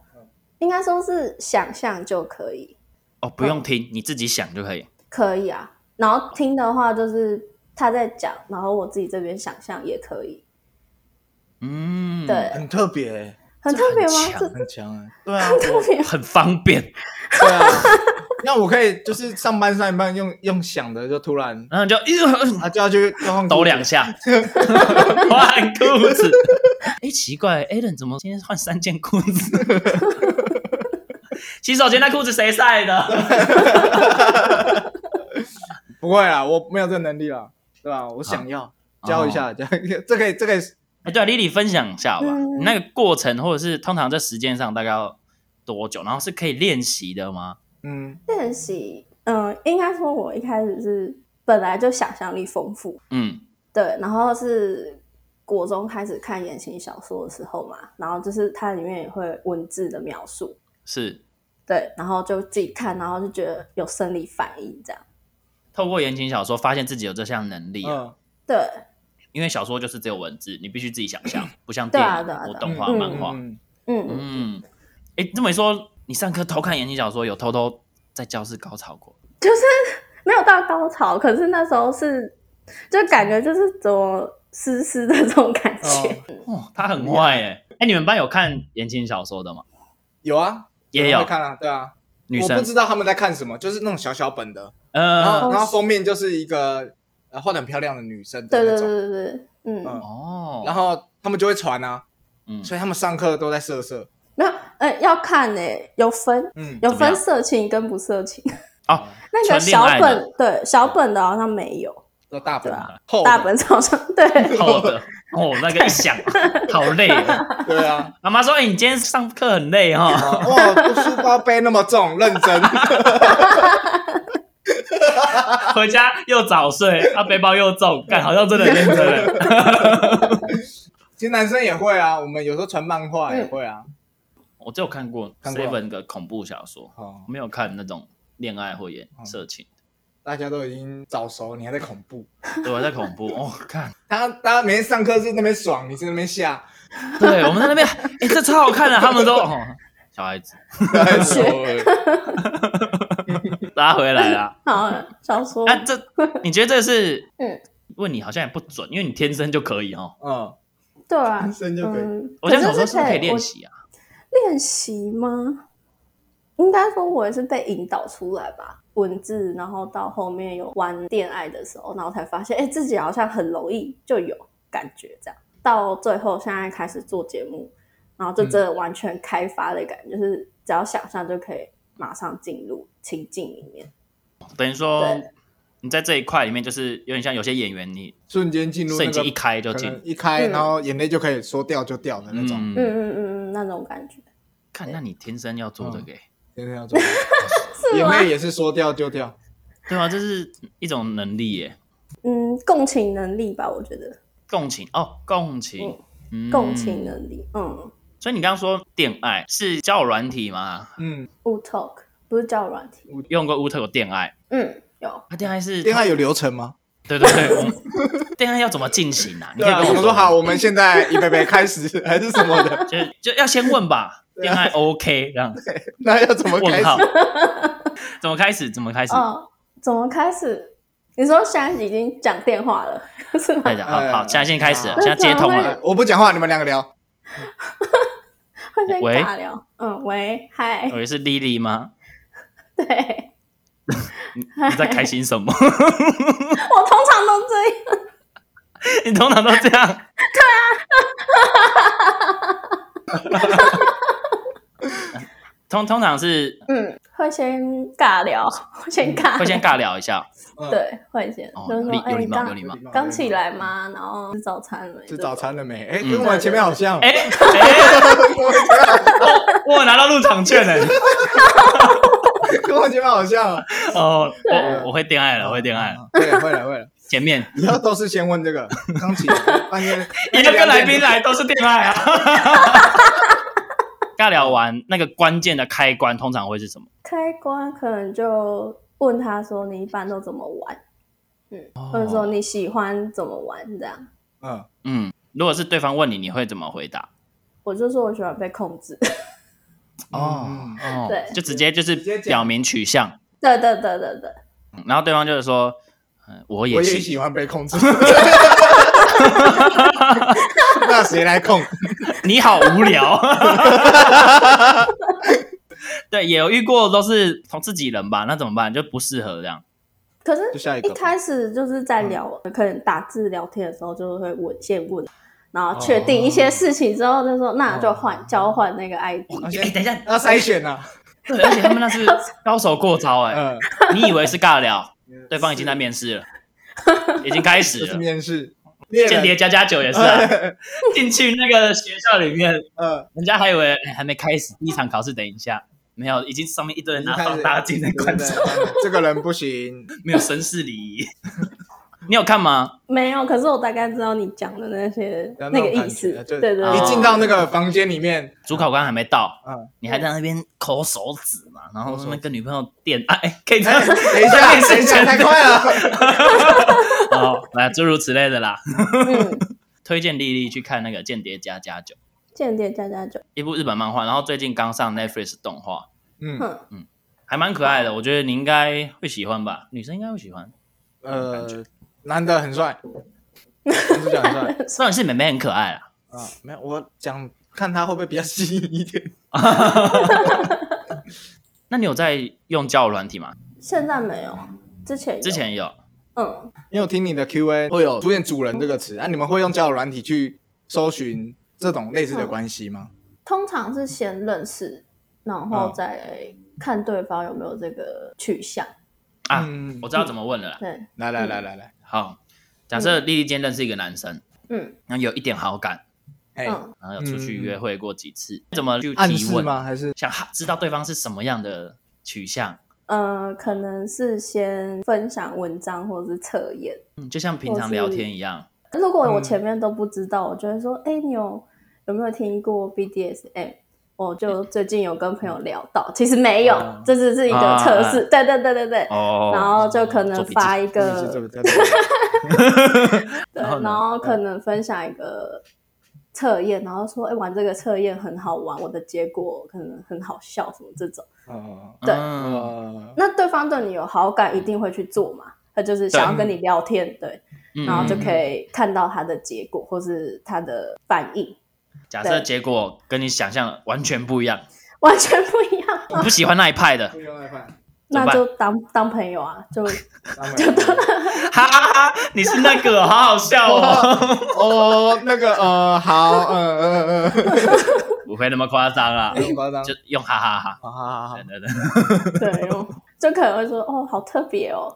应该说是想象就可以，哦，不用听，你自己想就可以。可以啊。然后听的话就是他在讲，然后我自己这边想象也可以，嗯，对，，很特别欸，很特别吗？这这很欸很 强哎。对啊，特别很方便。对啊。那我可以就是上班上一半用用想的，就突然然后你就、呃、啊就要去交换抖两 下，换裤子。哎、奇怪 a l a n 怎么今天换三件裤子？ 洗手间那裤子谁晒的？不会啦，我没有这个能力啦，对吧？我想要啊教一哦下，教一下这可以这可以哎、对啊，丽丽分享一下好吧，嗯你那个过程或者是通常在时间上大概要多久？然后是可以练习的吗？嗯练习，嗯、应该说我一开始是本来就想象力丰富，嗯，对，然后是国中开始看言情小说的时候嘛，然后就是它里面也会文字的描述，是对，然后就自己看，然后就觉得有生理反应这样，透过言情小说发现自己有这项能力啊，嗯，对，因为小说就是只有文字，你必须自己想 象，不像对电啊影对啊或对啊动画、嗯漫画。嗯嗯，嗯，哎、这么一说，你上课偷看言情小说，有偷偷在教室高潮过？就是没有到高潮，可是那时候是就感觉就是怎么湿湿的这种感觉，哦哦，他很坏哎、哎、你们班有看言情小说的吗？有啊，也人有会看啊，对啊，女我生不，知道哦他们在看什么，就是那种小小本的，然呃，后然后封面就是一个呃画的很漂亮的女生的对那对对种，对对，嗯，嗯哦，然后他们就会传啊，嗯，所以他们上课都在色色，没有，呃，要看呢、有分。嗯，有怎么样分色情跟不色情， 哦，那纯恋个小爱的哦本对小本的好像没有，都大本对的啊厚的大本好像 对，厚的，哦，那个一想， 好累哦。对啊，妈妈说：“哎、你今天上课很累哦。 啊哇，书包背那么重，认真， 回家又早睡，啊，背包又重，干好像真的很认真了。其实男生也会啊，我们有时候传漫画嗯也会啊， 我只有看过看过啊 Seven 的恐怖小说，哦，没有看那种恋爱或演色情。大家都已经早熟，你还在恐怖，对，我在恐怖哦，看，他他每天上课是那边爽，你是那边吓， 对，我们在那边， 哎、这超好看的，他们都哦，小孩子太熟了，拉回来啦。 好小说啊，这你觉得这是？嗯，问你好像也不准，因为你天生就可以哦。嗯，对啊男，生就可以，嗯，我想想说，是不是可以我练习啊？练习吗？应该说我也是被引导出来吧，文字，然后到后面有玩恋爱的时候，然后才发现，哎、自己好像很容易就有感觉这样。到最后现在开始做节目，然后就真的完全开发的感觉，就是只要想象就可以马上进入情境里面。等于说对你在这一块里面，就是有点像有些演员，你瞬间进入摄那影机一个。开就可进能。一开，嗯然后眼泪就可以说掉就掉的那种，嗯，嗯嗯嗯嗯，那种感觉看，那你天生要做这嗯个欸、真的要做。是啊眼吗？泪也是说掉就掉。对啊，这是一种能力耶，嗯，共情能力吧，我觉得共情哦，共情，嗯共情。能力，嗯所以你刚刚说恋爱是交友软体吗？嗯， ，U Talk 不是叫软体，用过 Uter 有恋爱，嗯，有。啊，恋爱是恋爱有流程吗？对对对，我们恋爱要怎么进行啊？你可以啊，跟我们说说好，，我们现在一杯杯开始还是什么的？就就要先问吧，恋爱 OK 这样，那要啊怎么开问号始？，怎么开始？怎么开始？哦，怎么开始？你说现在已经讲电话了，是吗对？的，好好，哎现在先开始了，好现在接通那了个，我不讲话，你们两个聊。会先喂尬聊。嗯，喂，嗨以，为是 Lily 吗？对你在开心什么？我通常都这样，你通常都这样。通通常是嗯，会先尬聊，会先尬，会先，尬聊一下，嗯，对，会先哦，就是礼啊说，哎，有礼你貌，有礼刚貌。 刚起来吗？然后吃早餐了没？吃早餐了没？哎，嗯跟我们前面好像。哎哎，我我拿到入场券哎！跟我前面好像。哦，我我会恋爱了，我会恋爱了。啊会了，会了，会了。前面以后都是先问这个，刚起来，半夜一个跟来宾来都是恋爱啊。尬聊完那个关键的开关通常会是什么？开关可能就问他说，你一般都怎么玩？嗯，哦或者说你喜欢怎么玩这样？嗯，嗯，如果是对方问你，你会怎么回答？我就说我喜欢被控制， 哦，哦对就直接就是直接讲表明取向。对对对对对，嗯然后对方就是说，嗯、我我也也是，喜欢被控制。那谁来控？你好无 聊。 对，也有遇过都是同自己人吧，那怎么办？就不适合这样。可是就下一一个嗯吧。开始就是在聊，可能打字聊天的时候就会问先问，然后哦确定一些事情之后，就说那就换、交换那个 ID，哦啊而且，哎、等一下，要筛选啊。对，而且他们那是高手过招 哎、嗯，你以为是尬聊，对方已经在面试了，已经开始这是 了。面试。间谍加加酒也是 啊，进去那个学校里面，呃，人家还以为、哎还没开始，第一场考试，等一下，没有，已经上面一堆人已经拿开放始大镜在对观对察，对这个人 不行，没有绅士礼仪。 你有看吗？没有，可是我大概知道你讲的那些有那那个种意感思觉，对就对哦对，一进到那个房间 里面，主考官还没到，嗯你还在那边抠手指嘛，然后顺便跟女朋友点哎，可以这样哎，等一下，等一下，太 快了。哦， 来诸如此类的啦。嗯，推荐丽丽去看那个《间谍加加酒》，间谍加加酒，一部日本漫画，然后最近刚上 Netflix 动画，嗯，哼，还蛮可爱的，我觉得你应该会喜欢吧，女生应该会喜欢。呃，男的很帅，男主角很帅 虽然是妹妹很可爱啦，啊。没有，我讲看他会不会比较吸引 一点。那你有在用交友软体吗？现在没有，之前有之前有，嗯，因为我听你的 Q&A 会有出现“主人”这个词，啊，你们会用交友软体去搜寻这种类似的关系吗？通常是先认识，然嗯后再看对方有没有这个取向，啊嗯我知道怎么问了啦。对，来来来来来，好，假嗯设丽丽今天认识一个男生，嗯然后有一点好感，哎，嗯，然后有出去约会过几次，怎么去暗提示问？吗？还是想哈知道对方是什么样的取向？呃，可能是先分享文章或是测验。嗯，就像平常聊天一样。如果我嗯前面都不知道，我就会说，哎、你有有没有听过 BDSM？我就最近有跟朋友聊到，其实没有，哦这只是一个测试，对对对对对。啊哦，然后就可能做笔记发一是这个，个 这个对，然后呢嗯然后可能分享一个测验，然后说，哎、玩这个测验很好玩，我的结果可能很好笑什么这种。哦对嗯呃那对方对你有好感，一定会去做嘛？他就是想要跟你聊天，对，嗯然后就可以。以看到他的结果或是他的反应，假设结果跟你想象完全不一样，完全不一样。我不喜欢那一派的， 不用来 看怎么那办就当当朋友啊，就当然哈哈哈！你是那个，好好笑 哦，哦，那个呃，好，呃呃呃， 不会那么夸张啦，没有夸张，就用哈哈 哈。好好好好等，等等， 对，哦就可能会说哦，好特别哦，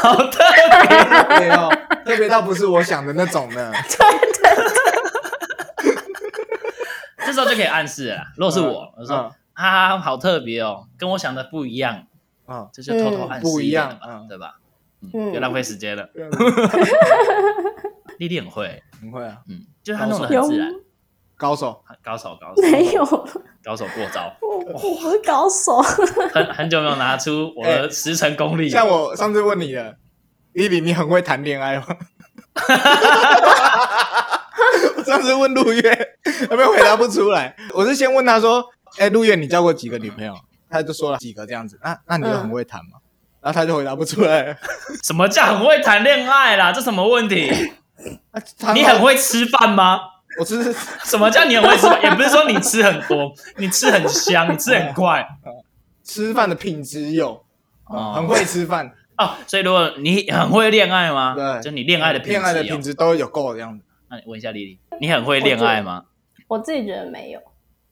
好的，特别哦，特别到不是我想的那种呢。这时候就可以暗示了啦。如果是嗯我，我说哈哈，好特别哦，跟我想的不一样，啊，这就偷偷暗示不一点样了吧，嗯啊对吧？嗯，嗯又浪费时间了。 丽丽很会，不会啊，嗯，就是她弄得有很自然，高手，高手高手没有？高手过招，我我不是高手， 很很久没有拿出我的十成功力。哎像我上次问你的，伊比，你很会谈恋 爱吗？我上次问陆月，有没有回答不出来？我是先问他说：“哎、陆月，你交过几个女朋友？”他就说了几个这样子。啊那、那你就很会谈嗯嘛？然后他就回答不出来了。 什么叫很会谈恋爱啦？这什么问题？啊他你很，会吃饭吗？我只是什么叫你很会吃饭？也不是说你吃很多，你吃很香，你吃哎很快吃饭的品质有，哦很会吃饭，哦。所以如果你很会恋爱吗？对就你恋爱的品恋爱的质有品。质都有够的样子。那你问一下丽丽，你很会恋爱吗？我自己觉得没有，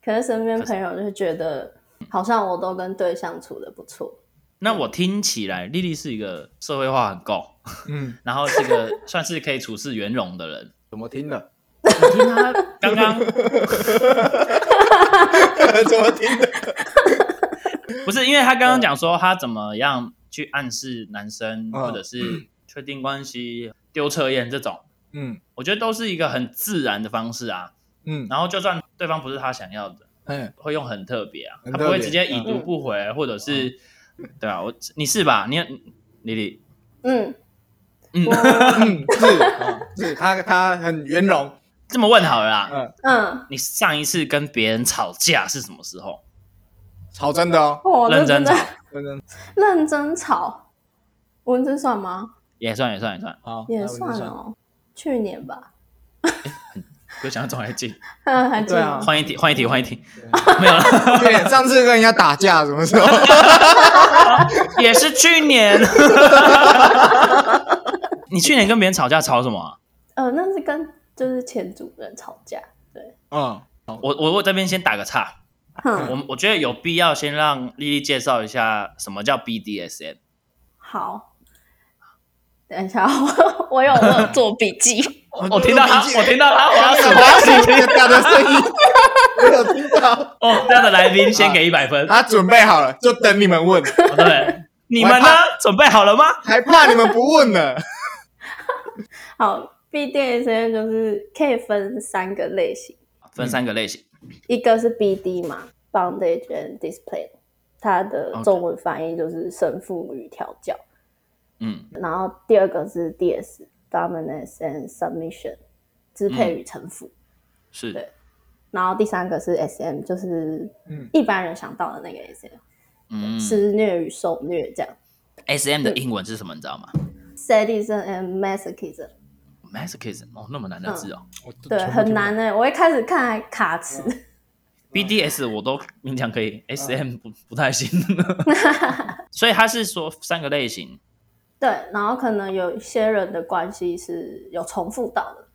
可是身边朋友就是觉得好像我都跟对象处的不错，那我听起来丽丽是一个社会化很够，嗯， 然后是个算是可以处事圆融的人。怎么听的？你听她刚刚怎么听的？不是，因为她刚刚讲说她怎么样去暗示男生，嗯或者是确定关系、丢测验这种。嗯我觉得都是一个很自然的方式啊。嗯，然后就算对方不是他想要的，哎，会用很特别啊，很他特别嗯不会直接已读不回，或者是 对啊，我你是吧？你丽丽，嗯，嗯， 嗯，是啊是，他他很圆融。这么问好了啦。嗯，嗯，你上一次跟别人吵架是什么时候？吵真的哦，我认真真的吵，认真 认真吵，文字算吗？也算也算也啊算，好，也那我就算哦，去年吧， 比我想象中还近。还记对啊得换一题，换一题，换一题，没有了，对，上次跟人家打架什么时候？也是去年。 你去年跟别人吵架吵什么啊、呃，那是跟就是前主任吵架，对， 嗯，我我我这边先打个岔，哼，我我觉得有必要先让丽丽介绍一下什么叫 BDSM。好，等一下， 我我有我有做笔记，哦 我听到他，我听到他滑鼠滑鼠打的声音，没有听到。哦，这样的来宾先给一百 分。他准备好了，就等你们 问，哦对，你们呢？准备好了吗？还怕你们不问呢？ 好，B D S M 就是可以分三个类型，分三个类型。一个是 B D 嘛，Bondage and Display，它的 OK 中文翻译就是神父与调教。嗯，然后第二个是 D S Dominance and Submission，支配与臣服。是对然后第三个是 S M，就是嗯一般人想到的那个 S M，、嗯施虐与受虐这样。 S M 的英文是什么？你知道吗 Sadism and masochism， ？Masochism 哦，那么难的字哦。对，很难呢、我一开始看还卡词， B D S 我都勉强可嗯以，S M 不不太 行。所以他是说三个类型，对，然后可能有一些人的关系是有重复到的，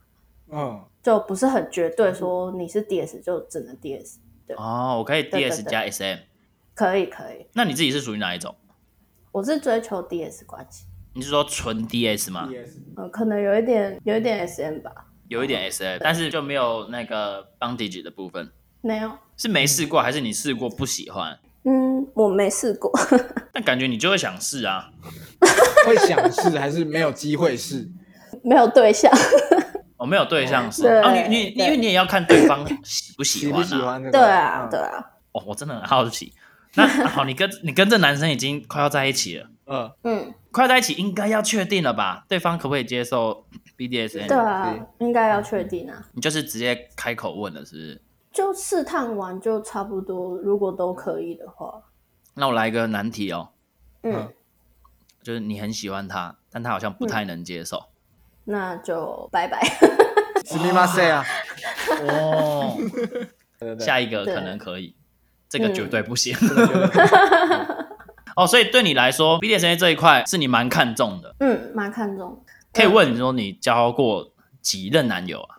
嗯，就不是很绝对说你是 D S 就只能 D S，哦，我可以 D 对对 S 加 S M。可以可以，那你自己是属于哪一种？我是追求 D S 关系，你是说纯 D S 吗？嗯，可能有一点有一点 S M 吧，有一点 S M，但是就没有那个 bondage 的部分。没有，是没试过，还是你试过不喜欢？嗯，我没试过， 但感觉你就会想试啊。会想试还是没有机会试？没有对象，我、没有对象试对哦，你你你对因为你也要看对方喜不喜喜欢啊。不喜欢这个？对啊嗯对，啊，哦，我真的很好奇。那 好，你跟你跟这男生已经快要在一起了，嗯，嗯，快要在一起应该要确定了吧？对方可不可以接受 BDSM？对啊，应该要确定啊，你就是直接开口问了，是不是？就试探完就差不多，如果都可以的话，那我来一个难题哦，嗯嗯，就是你很喜欢他，但他好像不太能接受。那就拜 拜。史密马塞啊， 哦，对对对，下一个对可能可以，这个绝对不行。这个就 哦，所以对你来说，BDSM 这一块是你蛮看重的。嗯，蛮看重。可以问你说你交过几任男友啊？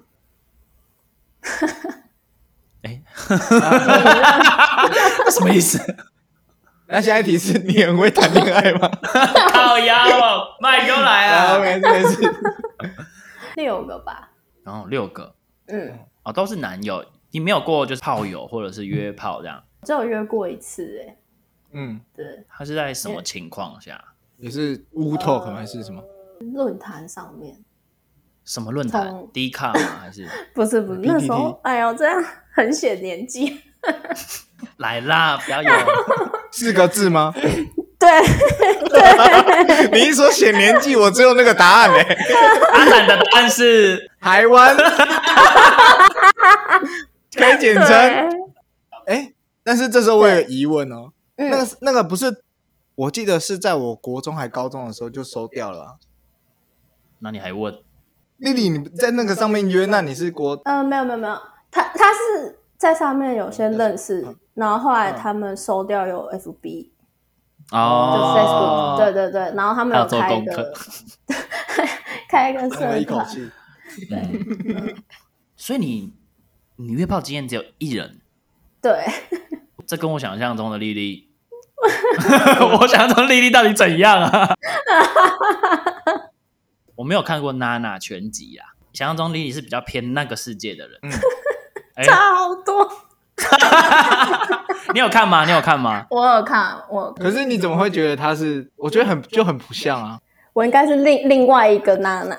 哎、什么意思？那下一题是你很会谈恋爱吗？好呀，哦，麦哥来 啊，啊！没事没事，六个吧。然后六个嗯，哦，都是男友，你没有过就是炮友或者是约炮这样？只有约过一次哎、嗯，对，他是在什么情况下？也是乌头可能还是什么？论坛上面什么论坛从？D 卡吗？还是 不是呃不是那 PTT 时候，哎呦，这样很显年纪。 来啦，不要有四个字吗？对， 你一说写年纪，我只有那个答案哎， 阿懒的答案是台湾可以简称对，哎。但是这时候我有疑问哦，那嗯，个那个不是，我记得是在我国中还高中的时候就收掉了啊。那你还问？丽丽，嗯你在那个上面约，那你是国呃，没有没有没有，他他是在上面有些认识，嗯然后后来他们收掉有 FB，、就是哦 Facebook，哦，对对对，然后他们还有有做开一功个课开一个叹了社一口团，气，嗯所以你你约炮经验只有一人，对，哎这跟我想象中的丽丽， 我想象中丽丽到底怎样啊？ 我没有看过娜娜全集啊，想象中丽丽是比较偏那个世界的人。嗯哎、差好多。你有看吗？你有看吗？我有看，我可是你怎么会觉得他是？我觉得很就很不像啊。我应该是另另外一个娜 娜，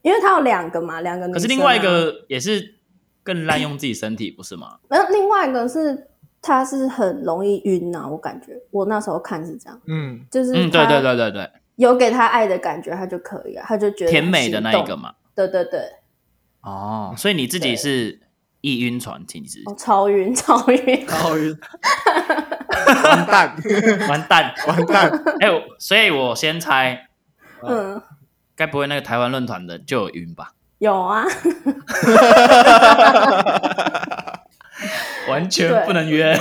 因为她有两个嘛，两个女生啊、可是另外一个也是更滥用自己身体，不是吗？那另外一个是，他是很容易晕啊呐、我感觉我那时候看是这样，嗯，就是嗯，对他对对对对，有给他爱的感觉，他就可以了，啊他就觉得甜美的那一个心动，嘛。对对对，哦，所以你自己是易晕船体质，哦，超晕 超晕，好晕，完蛋， 完蛋！完蛋，哎、我所以我先猜，嗯，该不会那个台湾论坛的就有晕吧？有啊，完全对不能约。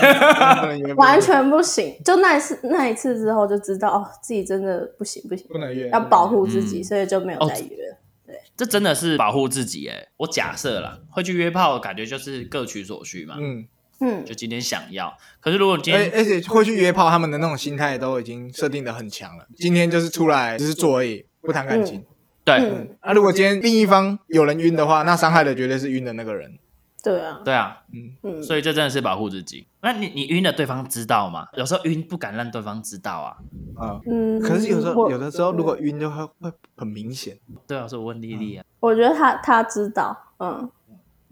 完全不行，就那一次那一次之后就知道哦，自己真的不行不行，不能约，要保护自己，嗯哦所以就没有再约。这真的是保护自己哎、我假设啦，会去约炮，感觉就是各取所需嘛。嗯，嗯，就今天想要，可是如果你今而哎天、而且会去约炮，他们的那种心态都已经设定的很强了。今天就是出来只是做而已，不谈感情。啊对、嗯那、如果今天另一方有人晕的话，那伤害的绝对是晕的那个人。对啊，对啊，嗯，嗯，所以这真的是保护自己。那你你晕了，对方知道吗？有时候晕不敢让对方知道啊。啊、嗯，可是有时候我有的时候如果晕就会会很明显，对啊，所以我问丽丽啊，我觉得他他知道，嗯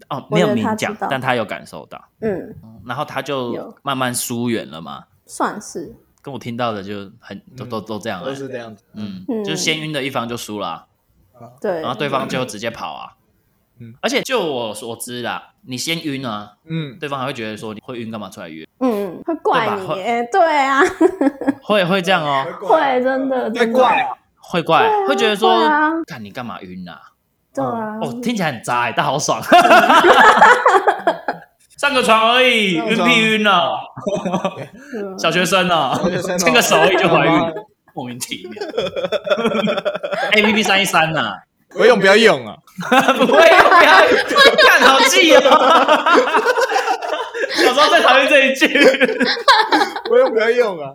哦，我没觉得有明她讲知，道但她有感受到，嗯，然后她就有慢慢疏远了嘛。算是跟我听到的就很都都都这样都了，是这样子。嗯，嗯就是先晕的一方就输了啊、对，然后对方就直接跑啊。嗯而且就我所知啦，你先晕啊，嗯，对方还会觉得说你会晕干嘛出来约？嗯会怪对吧会你耶，对啊，会会这样哦，会 真的会真的怪，会怪，对啊会觉得说会啊，看你干嘛晕啊？对啊，哦，听起来很渣哎，但好爽。 上个床而已，上个晕床屁晕了，嗯小学生啊小学生，哦牵个手而已就怀孕， 莫名其妙。A P P 三一三 呐，不用不要用 啊，不会，不要看好气哦。 小时候最讨厌这一句，不用不要用啊。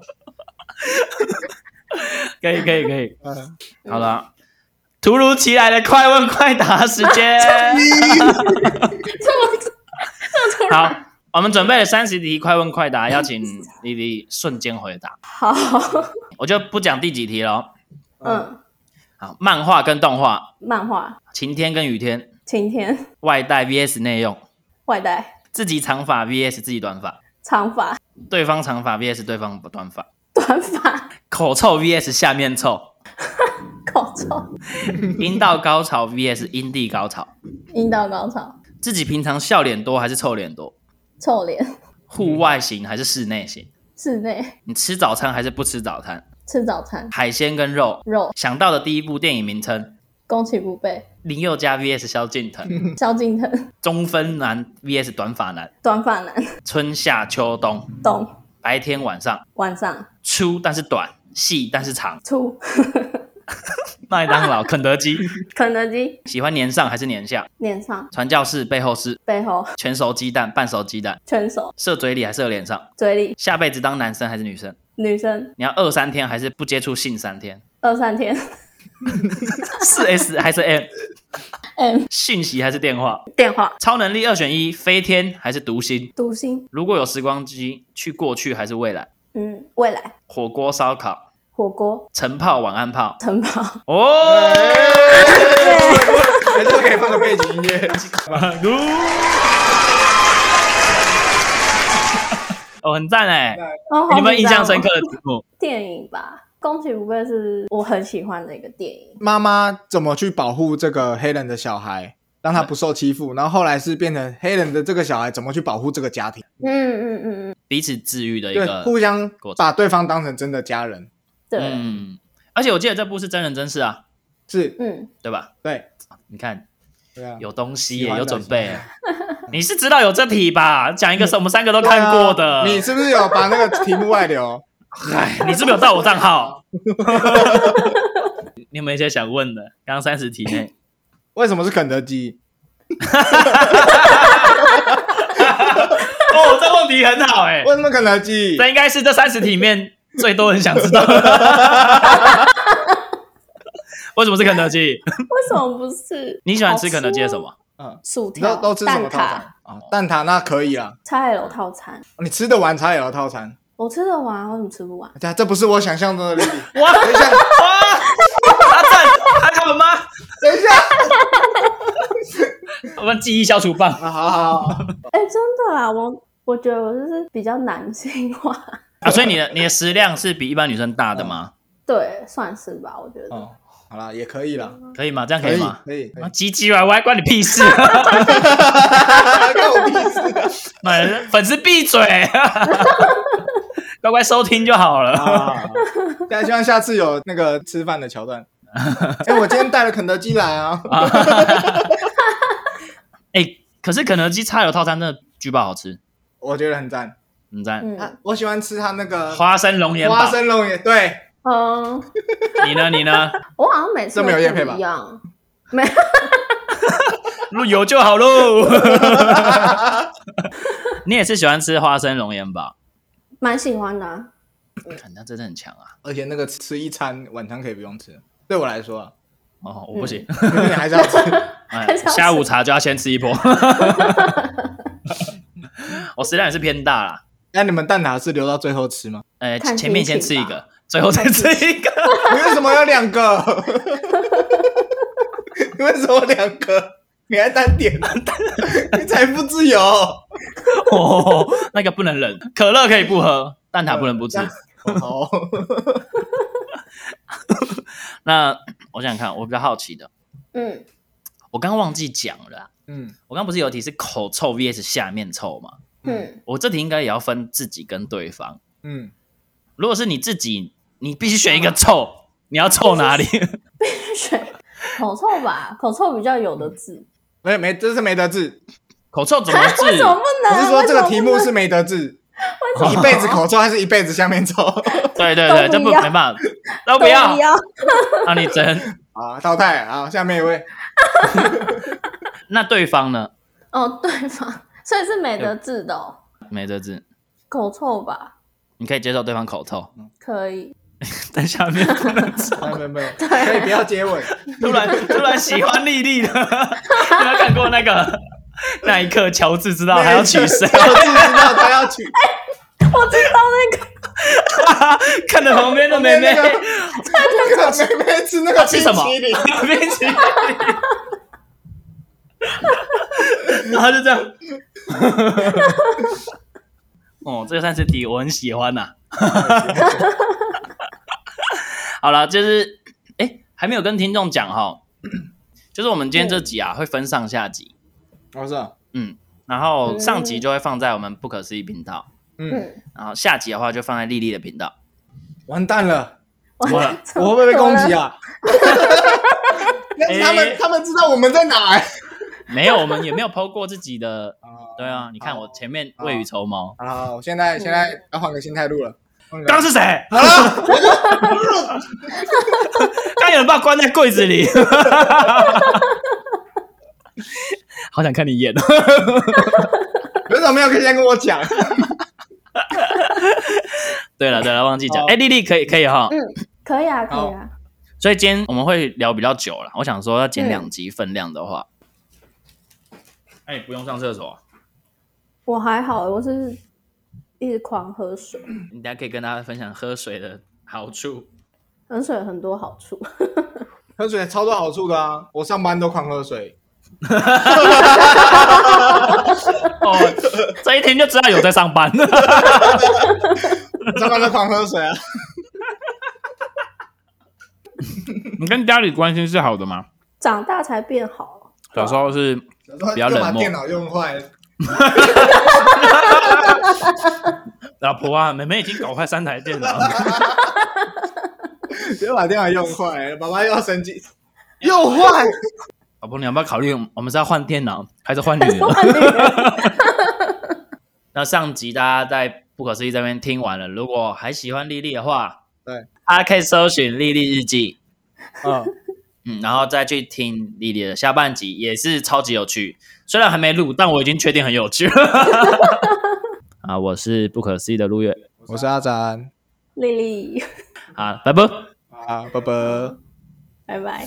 可以，可以，可以，嗯， 好了。突如其来的快问快答时间， 这么这么突好然，，我们准备了三十题快问快答，邀请丽丽瞬间回答， 好，我就不讲第几题了。嗯，好，漫画跟动画，漫画晴天跟雨天，晴天外带 VS 内用，外带自己长发 VS 自己短发，长发对方长发 VS 对方短发，短发口臭 VS 下面臭，口臭阴道高潮 VS 阴蒂高潮，阴道高潮自己平常笑脸多还是臭脸多？臭脸户外型还是室内型？室内你吃早餐还是不吃早餐？吃早餐海鲜跟肉。肉想到的第一部电影名称：攻其不备林宥嘉 VS 萧敬腾，萧敬腾中分男 VS 短发男，短发男春夏秋冬，懂白天晚上，晚上粗但是短，细但是长。出麦当劳、肯德基， 肯德基喜欢年上还是年下？脸上传教士背后是背后全熟鸡蛋、半熟鸡蛋，全手射嘴里还是射脸上？嘴里下辈子当男生还是女生？女生你要二三天还是不接触性三天？二三天四 S 还是 M？ M 讯息还是电话？电话超能力二选一，飞天还是读心？读心如果有时光机，去过去还是未来？嗯未来火锅、烧烤、火锅晨泡、晚安泡。城堡哦，还是可以放个背景音乐。哦，很赞哎！哦你们印象深刻？好紧张哦的题目？电影吧，《攻其不备》是我很喜欢的一个电影。妈妈怎么去保护这个黑人的小孩，让他不受欺负，然后后来是变成黑人的这个小孩怎么去保护这个家庭，嗯嗯嗯嗯，彼此治愈的一对，个互相过程。把对方当成真的家人，对，嗯嗯，而且我记得这部是真人真事啊，是嗯对吧？对，你看对啊，有东西耶，喜欢的有准备耶。你是知道有这题吧？讲一个是我们三个都看过对的啊。你是不是有把那个题目 外流？哎，你是不是有盗我账号？ 你有没有一些想问的？刚刚三十题内，为什么是肯德基？哦，这问题很好哎、为什么肯德基这？应该是这三十题里面最多人想知道的。 为什么是肯德基？为什么不是？你喜欢吃肯德基的什么？嗯，薯你都条、都吃什蛋么套挞、餐啊？蛋挞那可以啦，哦 XL 套餐？你吃得完才有套餐。我吃得完，我怎么吃不完？对啊，这不是我想象中的丽丽。 哇等一下，哇！阿赞，还看我吗？等一下， 我们记忆消除棒啊，好好哦好，哎、真的啦，我我觉得我就是比较男性化，啊，所以你的你的食量是比一般女生大的吗？对，算是吧，我觉得。哦，好啦，也可以啦，可以吗？这样可可以以吗？可以，可 以 啊，唧唧歪歪，关你屁 事！关我屁事粉粉丝闭嘴， 乖乖收听就好了。啊！大家希望下次有 那个吃饭的桥 段。哎，我今天带了肯德基来啊！哎、可是肯德基叉油套餐真的巨爆好吃，我觉得很赞，你赞？嗯啊我喜欢吃它那个花生龙眼花堡，生龙眼，对，嗯，你呢？你呢？我好像每次这没有都业不配吧一样，没 如有就好喽。 你也是喜欢吃花生龙眼堡，蛮喜欢的、啊。嗯看那真的很强啊！而且那个吃一餐晚餐可以不用吃，对我来说啊，嗯 哦，我不行， 因为你还是要吃。哎还是要吃下午茶就要先吃 一波。我食量也是偏大啦，那你们蛋挞是留到最后吃吗？呃，看前面心先情吃一吧个，最后再看吃一个。 你为什么有两个？你为什么两个？你还单 点？你财富自由？哦，那个不能忍，可乐可以不喝，蛋挞不能不吃。哦，那我想想看，我比较好奇的，嗯，我刚刚忘记讲了啊、嗯，我刚不是有题是口臭 VS 下面臭吗？嗯，我这题应该也要分自己跟对方。嗯，如果是你自己，你必须选一个臭，你要臭哪里？嗯 水口臭吧，口臭比较有的治。没没，这是没得治。口臭 怎么啊为治什？么不能？嗯我是说这个题目为什是没得治，么不能一辈子口臭还是一辈子下面臭？ 对对对，都这不不要没办法，都都不要不。要。那你真啊，淘汰好，下面一位，那对方呢？哦，对吧？ 所以是美德治的哦，没得治，口臭吧？你可以接受对方口臭，可以，但下面不能吃。没有没有，可以不要 接吻。突然突然喜欢丽丽了， 你有没有看过那个？那一刻，乔治知道他要娶 谁，乔治知道他 要娶，我知道那个看着旁边的妹 妹旁边那个妹妹吃那个她吃冰什么淇淋，？冰淇淋。 然后就这样。哦，这个三十题我很喜欢啊呐、 好了，就是哎、还没有跟听众讲哈，就是我们今天这集啊、会分上下集，我说，嗯，然后上集就会放在我们不可思议频道，嗯，然后下集的话就放在丽丽的频道。完蛋了，我怎么了我会不会被攻击？啊？ 但是他哎们他们知道我们在哪哎。没有，我们也没有抛过自己的。对 啊，你看我前面未雨绸缪。啊，我现在现在要换个心态录了。换个刚是谁？好 了，刚有人把我关在柜子里。 好想看你演。哦 有什么没有可以先跟我讲？ 对了对了，忘记讲。好哎，丽丽可以可以哈。可以啊，可以啊。所以今天我们会聊比较久了，我想说要减嗯两集分量的话。哎，不用上厕所，我还好，我是一直狂喝水，你等下可以跟大家分享喝水的好处。喝水有很多好处。喝水超多好处的啊！我上班都狂喝水，哦， 这一听就知道有在上班。上班都狂喝水啊！ 你跟家里关系是好的吗？长大才变 好，小时候是比较又冷把漠电脑用坏了，老婆啊，妹妹已经搞坏三台电脑 了。又把电脑用坏啊了，爸爸又要生气，又坏。老婆，你要不要考虑我们是要换电脑还是换女但是我儿？女儿那上集大家在不可思议这边听完了，如果还喜欢丽丽的话，对，大家可以搜寻丽丽日记，嗯，嗯，然后再去听丽丽的下半集，也是超级有趣。虽然还没录，但我已经确定很有趣了。 啊，我是不可思议的陆月我是阿展 丽丽，啊，拜拜。啊，拜拜。拜拜。